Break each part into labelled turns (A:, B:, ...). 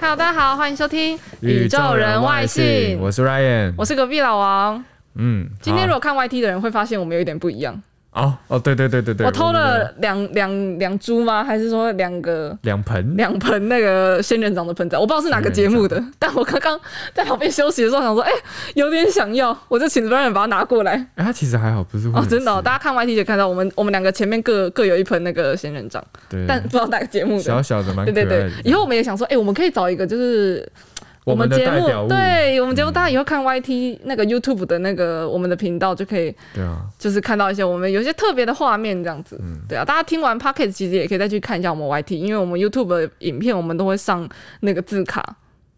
A: 大家好，欢迎收听《
B: 我是 Ryan，
A: 我是隔壁老王。
B: 嗯，
A: 今天如
B: 好
A: 果看 YT 的人会发现我们有一点不一样，
B: 哦哦，对对对对对，
A: 我偷
B: 们
A: 了
B: 的
A: 两两两株吗？还是说两个
B: 两盆，
A: 两盆那个仙人掌的盆栽？我不知道是哪个节目的，但我刚刚在旁边休息的时候想说，哎、有点想要，我就请 Ryan 把它拿过来。
B: 哎它其实还好，不是会
A: 哦，真的、哦，
B: 很
A: 大家看 YT 就看到我们我们两个前面各各有一盆那个仙人掌，
B: 湿对，
A: 但不知道哪个节目
B: 小
A: 的。
B: 小的蛮可
A: 对
B: 爱
A: 对
B: 的
A: 对，以后我们也想说，哎、我们可以找一个就是
B: 我们的
A: 节
B: 代
A: 目
B: 表物，嗯
A: 对我们节目，大家以后看 YT 那个 YouTube 的那个我们的频道就可以，
B: 对啊，
A: 就是看到一些我们有一些特别的画面这样子。
B: 嗯
A: 对啊，大家听完 Pocket 其实也可以再去看一下我们 YT，因为我们 YouTube 的影片我们都会上那个字卡，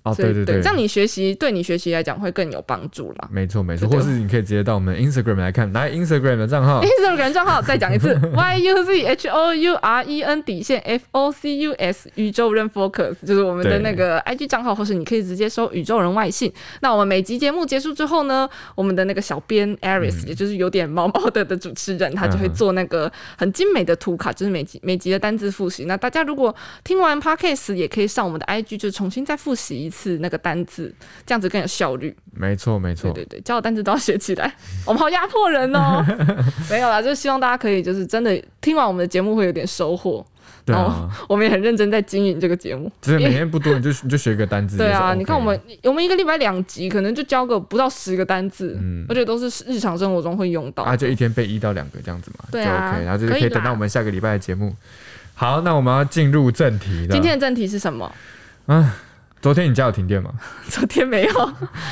B: 哦
A: 所以
B: 对对对，
A: 这样你学习对你学习来讲会更有帮助啦。
B: 没错没错，
A: 对
B: 或
A: 对
B: 是你可以直接到我们的 Instagram 来看，来 Instagram 的账号，
A: Instagram 账号再讲一次 y u z h o u r e n 底线 f o c u s 宇宙人 focus 就是我们的
B: 对
A: 那个 IG 账号，或是你可以直接搜宇宙人外信。那我们每集节目结束之后呢，我们的那个小编 Aris，、也就是有点毛毛的的主持人，他就会
B: 嗯
A: 做那个很精美的图卡，就是每集每集的单字复习。那大家如果听完 Podcast，也可以上我们的 IG，就重新再复习一次那个单字，这样子更有效率。
B: 没错没错
A: 对，对对，教的单词都要学起来， 我们好压迫人 哦。没有啦，就是希望大家可以就是真的听完我们的节目会有点收获。
B: 对
A: 然
B: 啊，
A: 后我们也很认真在经营这个节目。
B: 就是每天不多，你就你就学个单字，
A: 对啊，
B: 也是 OK
A: 你看我们我们一个礼拜两集，可能就教个不到十个单字，
B: 嗯
A: 而且都是日常生活中会用到。
B: 啊，就一天背一到两个这样子嘛，
A: 对
B: 就
A: 啊
B: OK，然后就是
A: 可以
B: 可以等
A: 啦
B: 到我们下个礼拜的节目。好，那我们要进入正题了。
A: 今天的正题是什么？
B: 昨天你家有停电吗？
A: 昨天没有，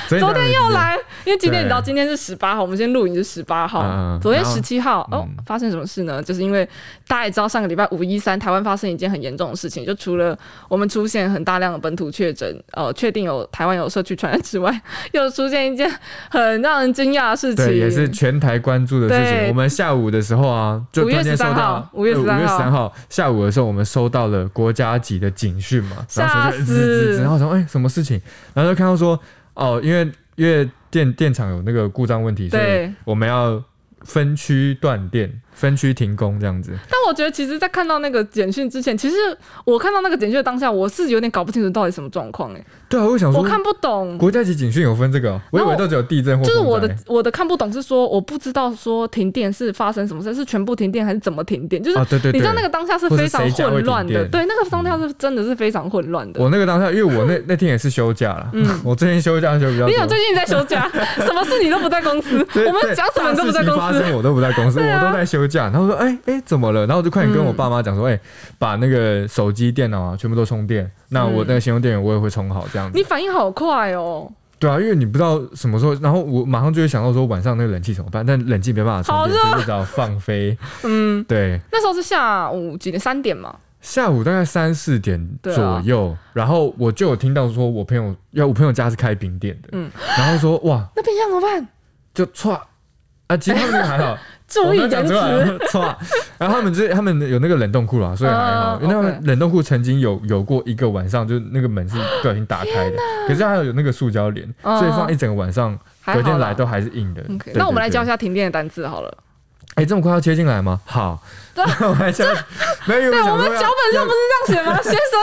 B: 昨
A: 昨天又
B: 又，
A: 来，因为今天你知道
B: 对
A: 今天是十八号，我们今天录影是十八号，
B: 嗯嗯
A: 昨天
B: 然后
A: 十七号哦
B: 嗯，
A: 发生什么事呢？就是因为大家也知道上个礼拜五一三台湾发生一件很严重的事情，就除了我们出现很大量的本土确诊，呃，确定有台湾有社区传染之外，又出现一件很让人惊讶的事情，
B: 对，也是全台关注的事
A: 对
B: 情。我们下午的时候啊，
A: 5
B: 就
A: 月
B: 突然间收
A: 13
B: 到
A: 号5月13号
B: 呃5月13号下午的时候，我们收到了国家级的警讯嘛，
A: 吓
B: 然后手机就
A: 死
B: 吱吱吱，然后想哎、什么事情，然后就看到说哦，因为因为电电厂有那个故障问题，所以
A: 对
B: 我们要分区断电、分区停工这样子。
A: 但我觉得，其实，在看到那个简讯之前，其实我看到那个简讯的当下，我是有点搞不清楚到底什么状况哎，
B: 对啊，我想说
A: 我看不懂。
B: 国家级警讯有分这个哦、我以
A: 然后
B: 为都只有地震或
A: 就是我
B: 风
A: 的
B: 灾
A: 我的看不懂是说我不知道说停电是发生什么事，是全部停电还是怎么停电？就是
B: 啊，对对对，
A: 你知道那个当下是非常混乱的，
B: 或是谁家会停电嗯
A: 对，那个当下是真的是非常混乱的。
B: 我那个当下，因为我那那天也是休假了， 我最近休假休比较
A: 你嗯
B: 多。
A: 有最近在休 假，什么事你都不在公司，
B: 对
A: 我们讲什么你都不在公
B: 大事
A: 司
B: 情发。生我都不在公 司，
A: 对啊嗯
B: 我都在休假。然后我说，哎、哎、怎么了？然后我就快点跟我爸妈讲说，哎、把那个手机、电脑啊，全部都充电。那我那个行动电源我也会充好，这样子。
A: 嗯你反应好快哦，
B: 对啊，因为你不知道什么时候，然后我马上就会想到说晚上那个冷气怎么办，但冷气没办法充电，
A: 好热
B: 所以就只好放飞。
A: 嗯，
B: 对，
A: 那时候是下午几点？三点嘛，
B: 下午大概三四点
A: 对啊
B: 左右，然后我就有听到说我朋友要我朋友家是开冰店的，
A: 嗯
B: 然后说哇，
A: 那冰箱怎么办？
B: 就歘啊，其实他们哦那个还好，
A: 注
B: 我
A: 意
B: 没有讲啊
A: 言
B: 出来
A: 辞。
B: 歘。然后他们就是他们有那个冷冻库啦，所以还
A: 哦
B: 好，因为他
A: OK
B: 们冷冻库曾经有有过一个晚上，就是那个门是不小心打开的，可是它有那个塑胶帘，
A: 哦
B: 所以放一整个晚上，
A: 还好
B: 隔
A: 啦
B: 天来都还是硬的。
A: OK，
B: 对
A: 那我们来教一。
B: 对对
A: 下停电的单字好了。
B: 哎，这么快要切进来吗？好，
A: 对
B: 那我们来教，没有，因为
A: 对，
B: 想
A: 我
B: 说
A: 们
B: 要
A: 脚本上不是这样写 吗，先生？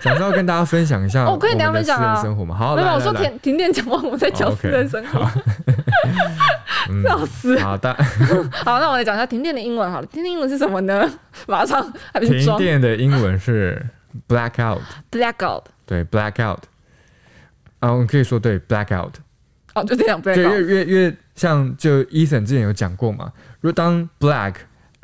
B: 想是要跟大家分享一下
A: 哦可以等一下
B: 我们
A: 分
B: 的
A: 享啊
B: 私人生活嘛。好，
A: 没有，
B: 来
A: 我说
B: 来来
A: 停停电讲完，我们再讲
B: 哦
A: 私
B: ，OK
A: 人生活，
B: 嗯
A: 笑死。
B: 好的，
A: 好，那我来讲一下停电的英文好了。停电英文是什么呢？ 马上还不是
B: 停
A: 装
B: 电的英文是 blackout，
A: blackout。
B: 对 blackout，啊，我们可以说对 blackout，
A: 哦，就这样
B: 就越
A: blackout。
B: 越越像就 Ethan 之前有讲过嘛，如果当 black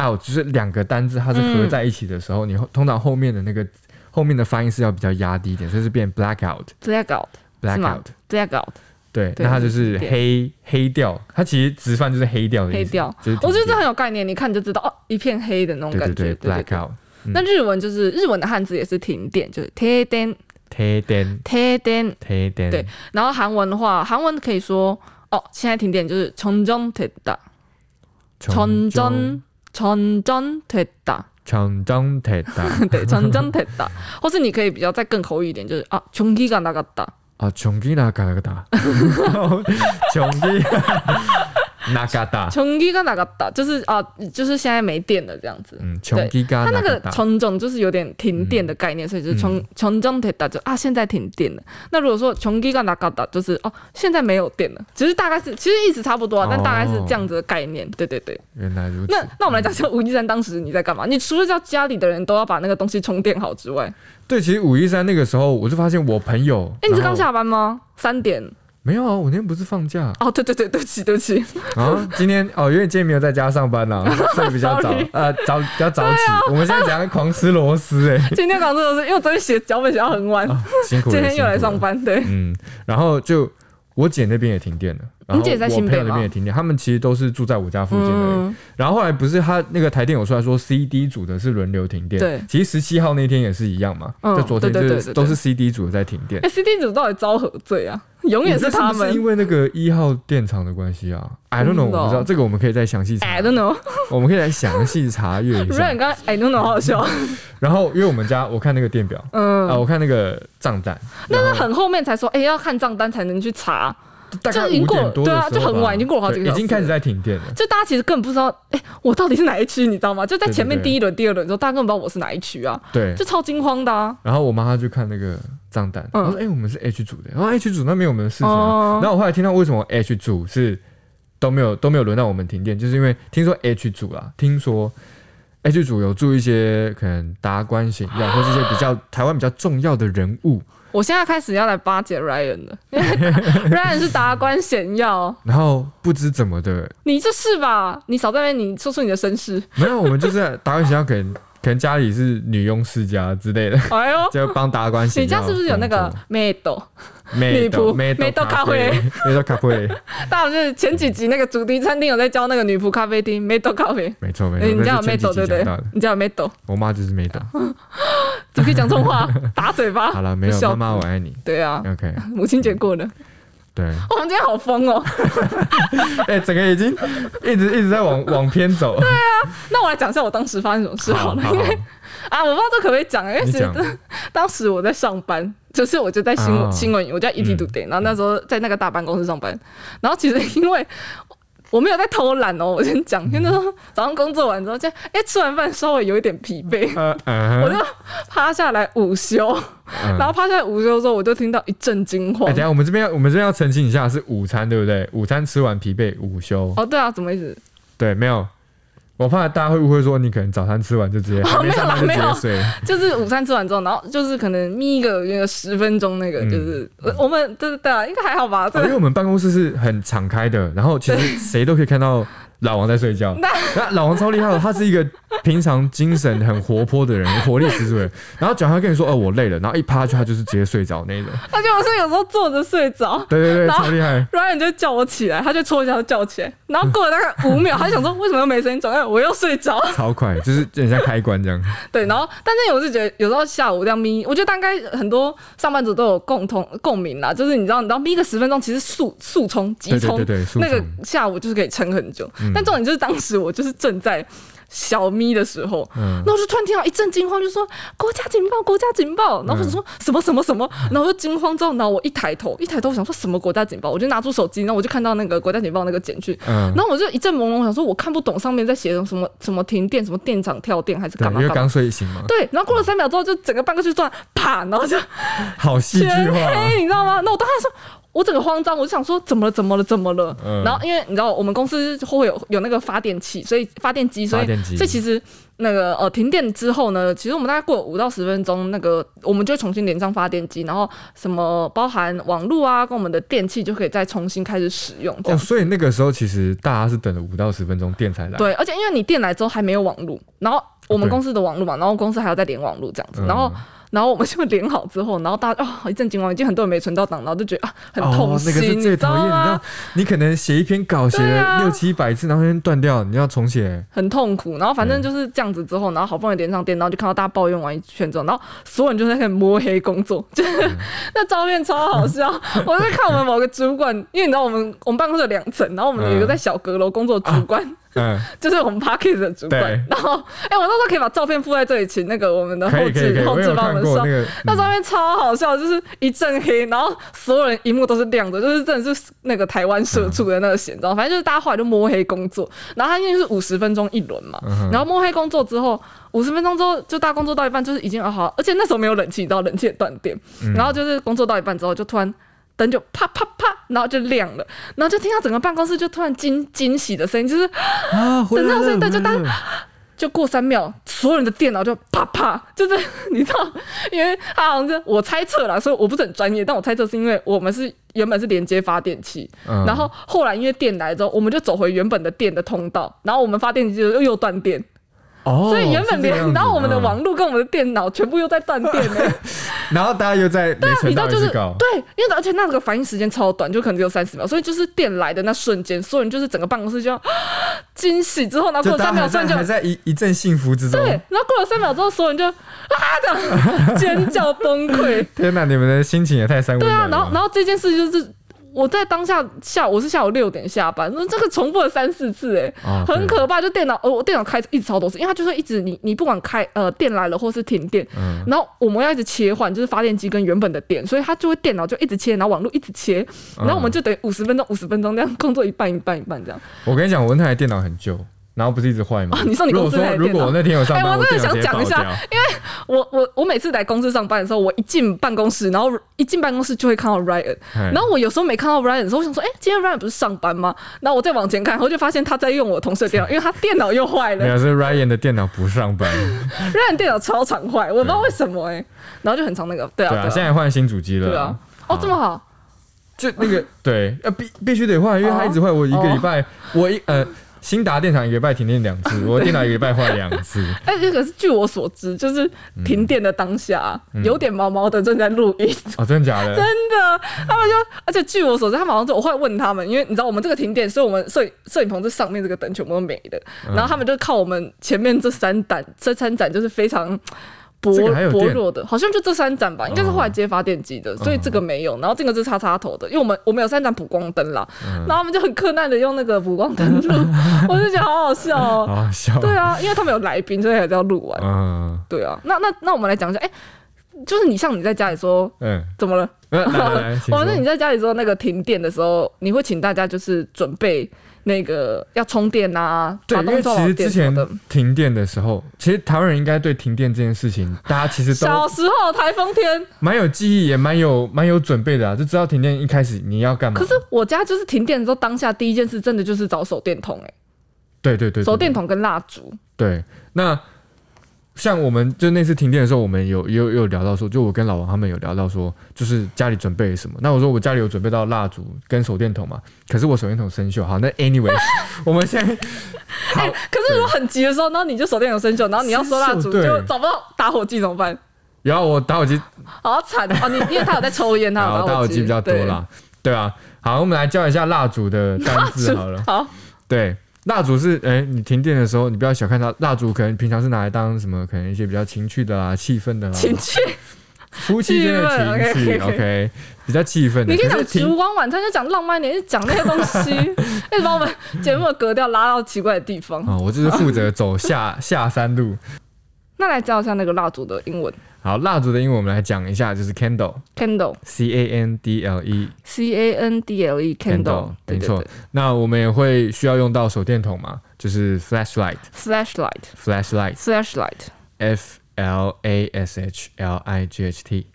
B: out 就是两个单字它是
A: 嗯
B: 合在一起的时候，你后通常后面的那个后面的发音是要比较压低一点，所以是变 blackout
A: blackout 是吗
B: blackout，
A: blackout
B: 对，
A: 对
B: 那它就是
A: 对
B: 黑黑掉，它其实直翻就是黑掉的意
A: 黑
B: 思，
A: 掉
B: 就是。
A: 我觉得这
B: 停
A: 很有概念，你看你就知道哦，一片黑的那种
B: 电
A: 感觉。
B: 对对对，blackout 嗯
A: 那日文就是日文的汉字也是停电，就是停电
B: 停电
A: 停电。
B: 停电，
A: 对然后韩文的话，韩文可以说哦，现在停电就是전전됐다，전전전전됐다，
B: 长江铁塔
A: 对，전전됐다。或是你可以比较再更口语一点，就是啊，전기가나갔다。
B: 啊，穷吉那嘎那个达，穷吉 那嘎达，
A: 穷기가나갔다，就是啊，就是现在没电了这样子。
B: 嗯，穷基嘎
A: 它那
B: 那
A: 个
B: 嘎达，
A: 重种就是有点停电的概念，所以就是
B: 嗯
A: 穷穷中铁打就啊，现在停电了。那如果说穷기가나갔다，就是哦，现在没有电了。其实大概是，其实意思差不多、啊，但大概
B: 哦
A: 是这样子的概念。对对对。
B: 原来如此。
A: 那那我们来讲
B: 嗯
A: 讲五一三当时你在干嘛？你除了叫家里的人都要把那个东西充电好之外，哎
B: 对，其实五一三那个时候，我就发现我朋友，
A: 哎、你是
B: 然
A: 刚
B: 后
A: 下班吗？三点？
B: 没有啊？我那天不是放假
A: 哦，对对对，对不起对 不起，
B: 啊？ 今天哦，因为今天没有在家上 班啦，所以比较早
A: Sorry，啊
B: 呃，早比较早起。我们现在讲狂吃螺丝，哎，
A: 今天搞这种事，因为我昨天写脚本写到很晚，
B: 啊辛苦了。
A: 今天又来
B: 辛苦了
A: 上班，对。
B: 嗯，然后就我姐那边也停电了，然后
A: 你姐在新北
B: 我朋友那
A: 吗
B: 边也停电，他们其实都是住在我家附近而已。
A: 嗯
B: 然后后来不是他那个台电有出来说 C、D 组的是轮流停电，
A: 对
B: 其实十七号那天也是一样嘛，
A: 嗯
B: 在昨天就
A: 对
B: 是
A: 对对对对
B: 都是 C、D 组的在停电
A: 哎、。c d 组到底遭何罪啊？永
B: 我
A: 远
B: 觉得
A: 他
B: 不是因
A: 们。
B: 为那个一号电厂的关系啊，I don't know，
A: 真的哦
B: 我不知道这个我们可以再详细查
A: 哎 I，don't know，
B: 我们可以来详细查阅一
A: 不
B: 下
A: 然你。刚刚 I don't know 好好笑，
B: 然后因为我们家我看那个电表啊，
A: 嗯，
B: 我看那个账单，
A: 但是很后面才说，哎、要看账单才能去查，
B: 大概
A: 这已经
B: 五
A: 过了
B: 点多的
A: 对啊
B: 时候
A: 就很
B: 吧
A: 晚已经过了好几
B: 对
A: 个小
B: 已经
A: 时
B: 开始
A: 了
B: 在停电了。
A: 就大家其实根本不知道，哎、我到底是哪一区，你知道吗？就在前面
B: 对对对
A: 第一轮、第二轮的时候，大家根本不知道我是哪一区啊，
B: 对，
A: 就超惊慌的啊。
B: 然后我妈她就看那个账单，
A: 嗯
B: 她说：“哎、我们是 H 组的，然后 H 组那边有我们的事情、啊。
A: 哦
B: 然后我后来听到为什么 H 组是都没有都没有轮到我们停电，就是因为听说 H 组啦，听说 H 组有住一些可能达官显 要，或是一些比较台湾比较重要的人物。
A: 我现在开始要来巴结 Ryan 了因为，Ryan 是达官显要，
B: 然后不知怎么的，
A: 你就是吧？你少在那边，你说出你的身世。
B: 没有，我们就是在达官显要，可能可能家里是女佣世家之类的，
A: 哎呦，
B: 就帮达官显
A: 你
B: 要
A: 家
B: 啊工作。
A: 是不是有那个 Mado？
B: 美
A: 女仆
B: 豆美
A: 美
B: 豆
A: 豆
B: 咖
A: 咖
B: 啡
A: 啡？
B: 美豆咖啡，
A: 大家就是前几集那个主题餐厅有在教那个女仆咖啡厅 Mado 咖啡。
B: 没错没
A: 哎、
B: 错，
A: 你家有
B: 那是前几
A: Mado 对
B: 集
A: 不对
B: 讲到的？
A: 你家有 Mado，
B: 我妈就是 美豆。
A: 只可以讲重 话，打嘴巴。
B: 好了，没有
A: 不孝
B: 妈
A: 子
B: 妈，我嗯爱你。
A: 对啊，
B: OK，
A: 母亲节过了，
B: 对，
A: 哇我们今天好疯哦。
B: 哎、整个已经一直一直在往往偏走。
A: 那我来讲一下我当时发生什么事好了，
B: 好
A: 因为啊，我不知道这可不可以讲，因为
B: 你
A: 其实
B: 讲，
A: 当时我在上班，就是我就在新闻、
B: 啊
A: 新闻，我在 ET
B: 嗯
A: t o d 然后那时候在那个大办公室上班，然后其实因为。我没有在偷懒哦，我先讲，因为那时候早上工作完之后，就哎、吃完饭稍微有一点疲惫，
B: 呃嗯
A: 我
B: 哼
A: 就趴下来午休，
B: 嗯，
A: 然
B: 哎、
A: 后趴下来午休之后，我就听到一阵惊慌
B: 等。一下我们这边要我们这边要澄清一下，是午餐对不对？午餐吃完疲惫，午休。
A: 哦，对啊，什么意思？
B: 对，没有。我怕大家会误会说你可能早餐吃完就直接、还没
A: 没有
B: 上
A: 啦
B: 班 就直
A: 没
B: 接
A: 有
B: 睡，
A: 就是午餐吃完之后，然后就是可能眯个那个十分钟，那个
B: 嗯
A: 就是、呃我们对对对啊，应该还好吧？这
B: 哦因为我们办公室是很敞开的，然后其实谁都可以看到老王在 睡觉。那老王超厉害的，他是一个平常精神很活泼的人，活力十足的人。然后讲他跟你说，哦，我累了，然后一趴下去他就是直接睡着那种。
A: 而且我是有时候坐着睡着。
B: 对对 对，
A: 然后
B: 超厉害。
A: Ryan 就叫我起来，他就搓一下就叫我起来，然后过了大概五秒，他就想说为什么又没声音，转过来我又睡 着。
B: 超快，就是就很像开关这样。
A: 对，然后但是我是觉得有时候下午这样眯，我觉得大概很多上班族都有共同共鸣啦，就是你知道，你知道眯个十分钟，其实速速冲急
B: 对对
A: 冲
B: 对，对，速
A: 那个
B: 成
A: 下午就是可以撑很久。
B: 嗯
A: 但重点就是当时我就是正在小眯的时候，
B: 嗯
A: 然后我就突然听到一阵惊慌，就说国家警报，国家警报。然后我就说
B: 嗯
A: 什么什么什么，然后我就惊慌之后，然后我一抬头，一抬头我想说什么国家警报，我就拿出手机，然后我就看到那个国家警报那个简讯。
B: 嗯
A: 然，后我就一阵朦胧，想说我看不懂上面在写什么什么什么停电，什么电厂跳电还是
B: 对，
A: 干
B: 因
A: 嘛
B: 为
A: 干嘛。
B: 刚睡醒嘛，
A: 对，然后过了三秒之后，就整个办公室突然啪，然后就
B: 好戏
A: 全
B: 剧化。啊
A: 黑，你知道吗？那我当时说，我整个慌张，我就想说怎么了，怎么了，怎么了？
B: 嗯
A: 然后因为你知道我们公司会有有那个发电器，所以发电机，所
B: 发
A: 以
B: 电机
A: 所以其实那个呃停电之后呢，其实我们大概过五到十分钟，那个我们就会重新连上发电机，然后什么包含网络啊跟我们的电器就可以再重新开始使用这
B: 哦，
A: 样。
B: 所以那个时候其实大家是等了五到十分钟电才来。
A: 对，而且因为你电来之后还没有网络，然后我们
B: 啊对
A: 公司的网络嘛，然后公司还要再连网络这样子，
B: 嗯，
A: 然后然后我们就连好之后，然后大家哦一阵惊慌，已经很多人没存到档，然后就觉得啊很痛
B: 哦，
A: 心，
B: 那个是
A: 你
B: 最
A: 知
B: 讨
A: 道
B: 厌，你知
A: 吗
B: 道？，你可能写一篇稿写
A: 对
B: 了
A: 啊
B: 六七百字，然后先断掉，你要重写。
A: 很痛苦。然后反
B: 嗯
A: 正就是这样子之后，然后好不容易连上电，然后就看到大家抱怨完一圈之后，然后所有人就在那边摸黑工作， 就是、
B: 嗯
A: 那照片超好笑。我在看我们某个主管，因为你知道我们我们办公室有两层，然后我们有一个
B: 嗯
A: 在小阁楼工作的主管，
B: 嗯，
A: 就是我们 Parkes 的主管
B: 对。
A: 然后哎、我到时候可以把照片附在这里，请那个我们的后
B: 可以可以可
A: 置
B: 以，
A: 后
B: 我
A: 置
B: 有
A: 帮
B: 看
A: 我的
B: 看
A: 时
B: 过
A: 候
B: 那，个，
A: 那
B: 嗯
A: 上面超好笑，就是一阵黑，然后所有人荧幕都是亮的，就是真的是那个台湾
B: 嗯
A: 社畜的那个显状。反正就是大家后来就摸黑工作，然后他因为是五十分钟一轮嘛，
B: 嗯
A: 然后摸黑工作之后，五十分钟之后就大家工作到一半就是已经啊好，而且那时候没有冷气，你知道冷气也断电，
B: 嗯
A: 然后就是工作到一半之后就突然。灯就啪啪啪，然后就亮了，然后就听到整个办公室就突然惊惊喜的声音，就是
B: 啊，回
A: 等
B: 来
A: 到
B: 了
A: 现在就
B: 回
A: 大
B: 来
A: 家
B: 了
A: 就过三秒，所有人的电脑就啪啪，就是 你知道，因为它好像是我猜测啦，所以我不是很专业，但我猜测是因为我们是原本是连接发电机，
B: 嗯
A: 然后后来因为电来之后，我们就走回原本的电的通道，然后我们发电机就又又断电，
B: 哦，
A: 所以原本
B: 是这
A: 连，
B: 样子
A: 然后我们的
B: 嗯
A: 网络跟我们的电脑全部又在断电呢、
B: 然后大家又在没
A: 你
B: 存
A: 知道
B: 到一
A: 就
B: 次
A: 是
B: 稿，
A: 对，啊因为而且那个反应时间超短，就可能只有三十秒，所以就是电来的那瞬间，所有人就是整个办公室就要啊惊喜之后，然后过了
B: 就大家
A: 三秒
B: 还
A: 瞬
B: 在
A: 间
B: 还在一一阵幸福之中。
A: 对，然后过了三秒之后，所有人就啊这样尖叫崩溃。
B: 天哪，你们的心情也太三温
A: 对
B: 暖
A: 啊
B: 了，
A: 然后然后这件事就是我在当下下午我是下午六点下班，那这个重复了三四次、欸，
B: 啊
A: 很
B: 对
A: 可怕。就电脑，呃，我电脑开一直超多次，因为它就是一直你你不管开呃电来了或是停电，
B: 嗯
A: 然后我们要一直切换，就是发电机跟原本的电，所以它就会电脑就一直切，然后网络一直切，
B: 嗯
A: 然后我们就等于五十分钟五十分钟这样 工作一半一半一半这样。
B: 我跟你讲，我那台电脑很旧，然后不是一直坏吗？
A: 哦 你说你
B: 如果
A: 公司那
B: 说
A: 台
B: 如
A: 电脑
B: 果我那天有上班，
A: 哎我真的
B: 电脑
A: 想
B: 直接
A: 讲一下
B: 爆掉
A: 我我我每次来公司上班的时候，我一进办公室，然后一进办公室就会看到 Ryan，
B: 嗯
A: 然后我有时候没看到 Ryan 的时候，我想说，哎、今天 Ryan 不是上班吗？然后我再往前看，然后就发现他在用我同事的电脑，因为他电脑又坏
B: 哎没
A: 了
B: 有是 Ryan 的电脑不上班，
A: ，Ryan 电脑超常坏，我不知道为什么哎、然后就很常那个，对啊，
B: 对
A: 对
B: 啊，
A: 啊，
B: 现在换新主机
A: 对
B: 了
A: 啊。，哦，这么好，
B: 就 那个对，呃必必须得换，因为它一直坏。我一个礼
A: 哦
B: 拜， 我一呃新达电厂一个礼拜停电两 次，我电脑一个礼拜坏两次。
A: 哎、这个是据我所知，就是
B: 嗯
A: 停电的当下，有点毛毛的正在录音，
B: 哦，真的假的？
A: 真的，他们就，而且据我所知，他们好像就我会问他们，因为你知道我们这个停电，所以我们摄影摄影棚这上面这个灯全部都没的，
B: 嗯
A: 然后他们就靠我们前面这三盏，这三盏就是非常。薄
B: 这个还有
A: 薄
B: 电嗯
A: 弱的，好像就这三盏吧，应该是后来接发电机的，所以这个没有。然后这个是插插头的，因为我们我们有三盏补光灯啦，
B: 嗯
A: 然后他们就很困难的用那个补光灯 录，我就觉得好好笑哦。
B: 好好笑。
A: 对 啊，因为他们有来宾，所以还是要录完。
B: 嗯
A: 对啊，那那那我们来讲一下，哎、就是你像你在家里说
B: 嗯，
A: 怎么了？
B: 呃来来来，请
A: 哦，那
B: 说
A: 你在家里说那个停电的时候，你会请大家就是准备那个要充电啊，
B: 对，
A: 发
B: 因为
A: 动充
B: 其
A: 好
B: 实
A: 电
B: 之
A: 什么
B: 前
A: 的。
B: 停电的时候，其实台湾人应该对停电这件事情， 大家其实都
A: 小时候台风天，
B: 蛮有记忆，也蛮有蛮有准备的啊，就知道停电一开始你要干嘛。
A: 可是我家就是停电的时候，当下第一件事真的就是找手电筒、欸，
B: 对对对对
A: 手电筒跟蜡烛，
B: 对，那像我们就那次停电的时候，我们有有有聊到说，就我跟老王他们有聊到说，就是家里准备了什么。那我说我家里有准备到蜡烛跟手电筒嘛，可是我手电筒生锈。好，那 anyway，我 们现在好、
A: 可是如果很急的时候，然后你就手电筒生锈，然后你要收蜡烛，
B: 生锈对
A: 就找不到打火机怎么办？
B: 然后我打火机，
A: 好惨哦！你因为他有在抽烟，他
B: 然
A: 有
B: 后打火
A: 机
B: 机比较多。啦，对啊。好，我们来教一下蜡烛的
A: 对
B: 单
A: 蜡
B: 字
A: 烛
B: 好了。
A: 好，
B: 对，蜡烛是，哎、你停电的时候，你不要小看它，蜡烛可能平常是拿来当什么，可能一些比较情趣的啦、气氛的啦，
A: 请去。
B: 夫妻间的情
A: 气
B: 绪
A: 氛
B: ，OK，比较气愤的。
A: 你可以
B: 可
A: 讲
B: 是停
A: 烛光晚餐，就讲浪漫一点，就讲那些东 西，一直把我们节目的格调拉到奇怪的地方。
B: 啊、我就是负责走下 下山路。
A: 那来教一下那个蜡烛的英文
B: 好，蜡烛的英文我们来讲一下，就是 candle，c a n d l e
A: ，candle，c a n d l e，candle，
B: 没错。那我们也会需要用到手电筒嘛，就是 flashlight，flashlight，f
A: ，flashlight，flashlight，flashlight，
B: l a s h l i g h t。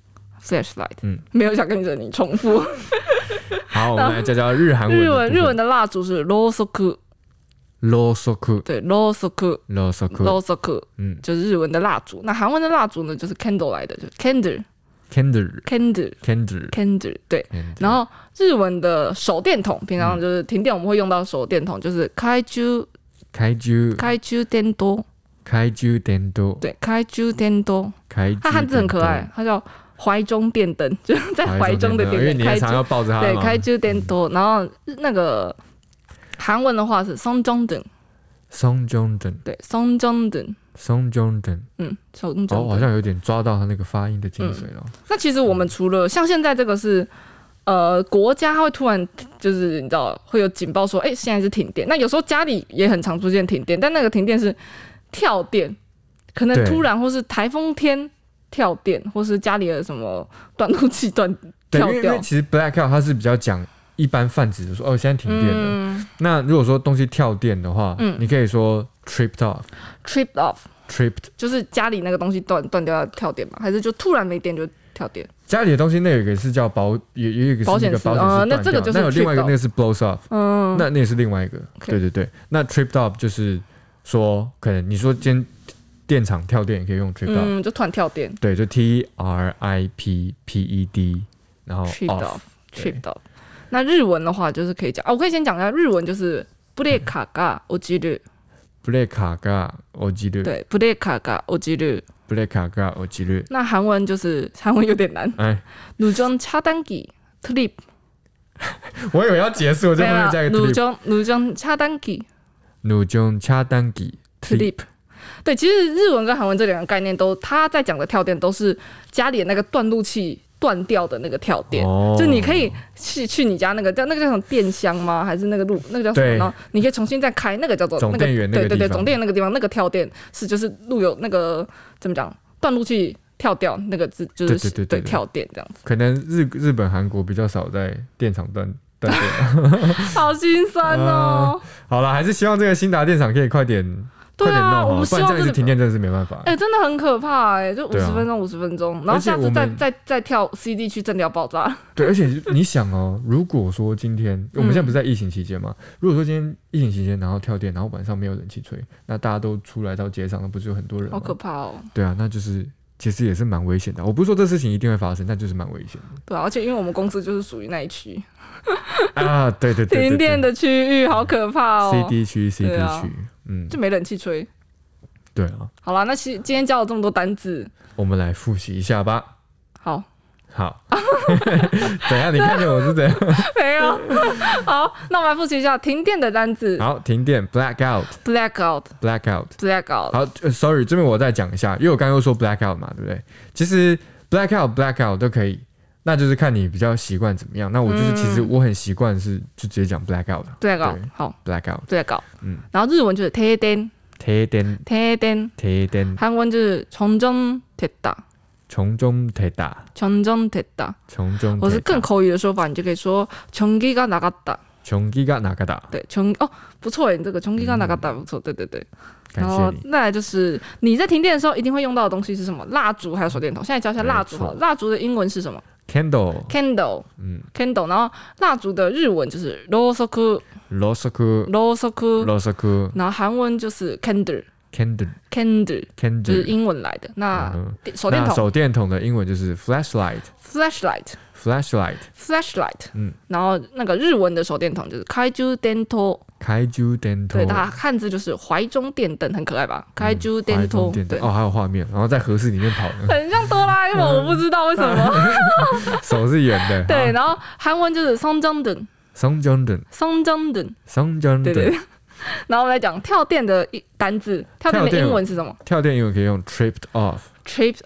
B: 嗯
A: 没有想跟着你重复。
B: 好，我们来教教日韩文的
A: 日
B: 部 分。
A: 文日文的蜡烛是 r o s o k
B: ，lo soku，lo
A: 对 r o s o k u r
B: soku，
A: o s o k
B: 嗯
A: 就是日文的蜡烛。那韩文的蜡烛呢，就是 candle 来的，就是 candle，candle，candle，
B: ，candle，candle，
A: 对。然后日文的手电筒，平常就是停电我们会用到手电筒，就是开珠
B: 开珠，
A: 开珠电多，
B: 开珠点多，
A: 对，开珠电多，
B: 开。
A: 它汉字很可爱，，它叫怀中电灯， 就是在怀中的
B: 因为
A: 点
B: 你
A: 点开
B: 也常
A: 珠，
B: 要抱着它
A: 对，
B: 嘛。
A: 开珠电多。然后那个韩文的话是松中灯，
B: 松中等，
A: 对，松中灯，
B: 松中等。
A: 嗯，松
B: 哦，
A: 中
B: 我好
A: 灯。
B: 像有点抓到他那个发音的精髓了。
A: 那其实我们除了像现在这个是。呃，国家会突然就是你知道会有警报说，哎、现在是停电。那有时候家里也很常出现停电，但那个停电是跳电，可能
B: 对
A: 突然或是台风天跳电，或是家里的什么断路器断
B: 对，
A: 跳
B: 因为因
A: 掉
B: 为。其实 blackout 它是比较讲一般泛指的，说哦现在停电了。
A: 嗯
B: 那如果说东西跳电的话，
A: 嗯
B: 你可以说 tripped off。
A: ，tripped off
B: tripped
A: 就是家里那个东西断断掉要跳电嘛，还是就突然没电就跳电？
B: 家里的东西，那有一个是叫保，也也有一个是那个
A: 保险丝
B: 保
A: 哦
B: 险丝断
A: 那
B: 掉
A: 这个就是
B: 那有另外一个
A: tripped off
B: 那个是 blows off，
A: 嗯，
B: 那那也是另外一个。
A: OK
B: 对对对，那 tripped off 就是说，可能你说今天电厂跳电也可以用 tripped off，、
A: 嗯，就突然跳电
B: 对，就 T R I P P E D，然后
A: ，tripped
B: off，
A: off，tripped off。那日文的话就是可以讲啊，我可以先讲一下日文就是布列卡嘎我记得，
B: 布雷卡嘎我记得，
A: 对，布列卡嘎我记得。
B: 布雷卡嘎我记得，
A: 那韩文就是韩文有点难，
B: 哎，
A: 누전차단기 trip，
B: 我以为要结束，我就后面加一个
A: 누
B: 努
A: 전누전차단기
B: 努中恰当吉
A: trip。对，其实日文跟韩文这两个概念都，他在讲的跳电都是家里的那个断路器断掉的那个跳电，
B: 哦
A: 就你可以去去你家那个叫那个叫什么电箱吗？还是那个路那个叫什么呢？
B: 对
A: 然后你可以重新再开，那个叫做
B: 总
A: 那个
B: 电源那
A: 对
B: 个
A: 对对
B: 地
A: 总
B: 方，
A: 电源那个地方那个跳电是就是路由那个怎么讲断路器跳掉那个字就是
B: 对对对对对
A: 跳电这样子，
B: 可能日日本韩国比较少在电厂断断电。
A: 好心酸哦。
B: 好了，还是希望这个新达电厂可以快点啊
A: 对
B: 快点
A: 啊，
B: 弄
A: 我
B: 好，
A: 们
B: 不
A: 希
B: 然
A: 望
B: 这样一
A: 这
B: 直
A: 个
B: 停电真的是没办法
A: 哎、。真的很可怕哎、就五
B: 对啊
A: 十分钟，五十分钟，然后
B: 而且
A: 下次
B: 我
A: 再
B: 们
A: 再再跳 C D 去正掉爆炸。
B: 对，而且你想哦，如果说今天我们现在不是在疫情期间嘛，如果说今天疫情期间，然后跳电，然后晚上没有冷气吹，那大家都出来到街上，那不是有很多人
A: 好
B: 吗？
A: 可怕哦！
B: 对啊，那就是其实也是蛮危险的。我不是说这事情一定会发生，但就是蛮危险
A: 对啊，而且因为我们公司就是属于那一区
B: 的 啊！对对对对
A: 停电
B: 的
A: 的区域，好可怕哦
B: C D 区 C
A: 对
B: D
A: 啊
B: 区，嗯，
A: 就没冷气吹。
B: 对啊，
A: 好啦，那其今天教了这么多单字，
B: 我们来复习一下吧。
A: 好
B: 好，等一下你看见我是怎样？
A: 没有 好，那我们来复习一下停电的单字
B: 好，停电 blackout
A: ：blackout、
B: blackout。
A: blackout、
B: 好、呃、，sorry，这边我再讲一下，因为我刚刚又说 blackout 嘛，对不对？其实 blackout blackout 都可以，那就是看你比较习惯怎么样。那我就是其实
A: 嗯
B: 我很习惯是就直接讲 blackout 的
A: blackout，好
B: blackout。
A: blackout。
B: 嗯，
A: 然后日文就是停电，
B: 停电
A: 停电。
B: 停电，
A: 韩文就是점점됐다，
B: 从中停打，
A: 점점됐다。
B: 从中
A: 我是
B: 停
A: 更
B: 打
A: 口语的说法，你就可以说전기가나갔다。
B: 穷기가哪个打？
A: 对，穷哦，不错哎，你这个穷기가나갔다不错，对对对。
B: 嗯感
A: 然
B: 谢
A: 后
B: 你。
A: 再来就是你在停电的时候一定会用到的东西是什么？蜡烛还有手电筒。现在教一下蜡烛好了，
B: 没
A: 蜡烛的英文是什么
B: Candle，
A: ？candle
B: 嗯
A: candle，然后蜡烛的日文就是로소쿠
B: 罗斯库，
A: 로소쿠，
B: 罗斯库
A: 然后韩文就是 candle
B: ，Candle，
A: candle，就是
B: Candle。
A: 英文来的。那
B: 嗯
A: 手电
B: 那
A: 筒
B: 手电筒的英文就是 flashlight，flashlight。
A: flashlight flashlight，
B: 嗯，
A: 然后那个日文的手电筒就是开珠电筒。
B: 开珠电筒
A: 对，，它汉字就是怀中电灯，很可爱吧？开珠
B: 嗯怀
A: 电
B: 中
A: 筒，
B: 电
A: 对
B: 灯，哦，还有画面，然后在合适里面跑呢，
A: 很像哆啦 A 梦，我不知道为什
B: 嗯
A: 么。
B: 手是圆的。
A: 对，
B: 好，
A: 然后韩文就是松江灯，
B: 松江灯，
A: 松江灯，
B: 松江
A: 对对
B: 灯
A: 对。。 然后我们来讲跳电的一单字，跳电
B: 跳
A: 的
B: 电
A: 英文是什么
B: 跳电英文可以用 tripped off，tripped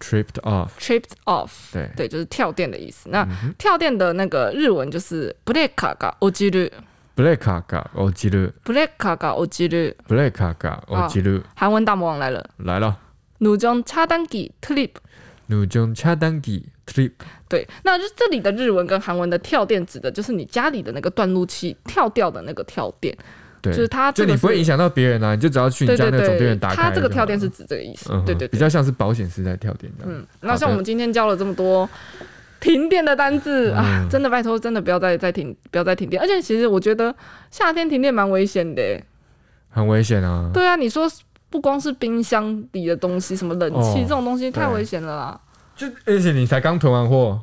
A: ？tripped off，tripped
B: off。
A: off，
B: 对，
A: 对，就是跳电的意思。那
B: 嗯哼
A: 跳电的那个日文就是ブレカが落ちる，
B: ブレカが落ちる，
A: ブレカが落ちる。
B: ブレカが落ちる，
A: 韩文大魔王来了，
B: 来了。
A: 누전차단기 trip。
B: 누정차단기 trip
A: 对，那这这里的日文跟韩文的跳电指的就是你家里的那个断路器跳掉的那个跳电，
B: 对，
A: 就是它这
B: 就
A: 个
B: 你不会
A: 是
B: 影响到别人啊，你就只要去你
A: 对
B: 家
A: 对
B: 那个总电
A: 对
B: 源，打开就好
A: 它
B: 了。
A: 这个跳电是指这个意思
B: 嗯，哼，
A: 对对
B: 比
A: 对，
B: 较像是保险丝在跳电啊这样。
A: 嗯，那像我们今天教了这么多停电的单字啊，
B: 嗯
A: 真的拜托，真的不要再再停，不要再停电，而且其实我觉得夏天停电蛮危险的欸，
B: 很危险啊。
A: 对啊，你说不光是冰箱里的东西，什么冷气
B: 哦
A: 这种东西太
B: 对
A: 危险了啦，
B: 就而且你才刚囤 完货，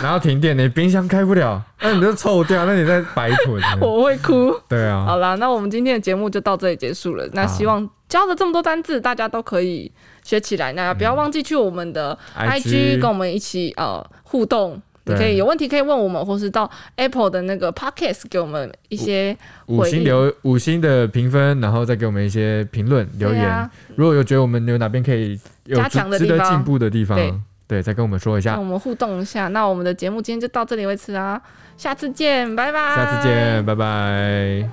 B: 然后停电，你冰箱开不了，那你就臭掉，那你在白囤。啊
A: 我会哭。
B: 对啊
A: 好，啦，那我们今天的节目就到这里结束了。那
B: 好
A: 希望教了这么多单字，大家都可以学起来。
B: 嗯
A: 那不要忘记去我们的 IG 跟我们一起呃互动。你
B: 对
A: 可以有问题可以问我们，或是到 Apple 的那个 Podcast 给我们一些
B: 五星留五星的评分，然后再给我们一些评论留
A: 对
B: 言。
A: 啊
B: 如果有觉得我们有哪边可以有
A: 加
B: 值
A: 强的
B: 值
A: 地
B: 得
A: 方
B: 进步的地方，
A: 对
B: 对，再跟我们说一
A: 跟
B: 下
A: 我。们互动一下。那我啊们的节目今天就到这里为止啦，下次见，拜拜，
B: 下次见，拜拜。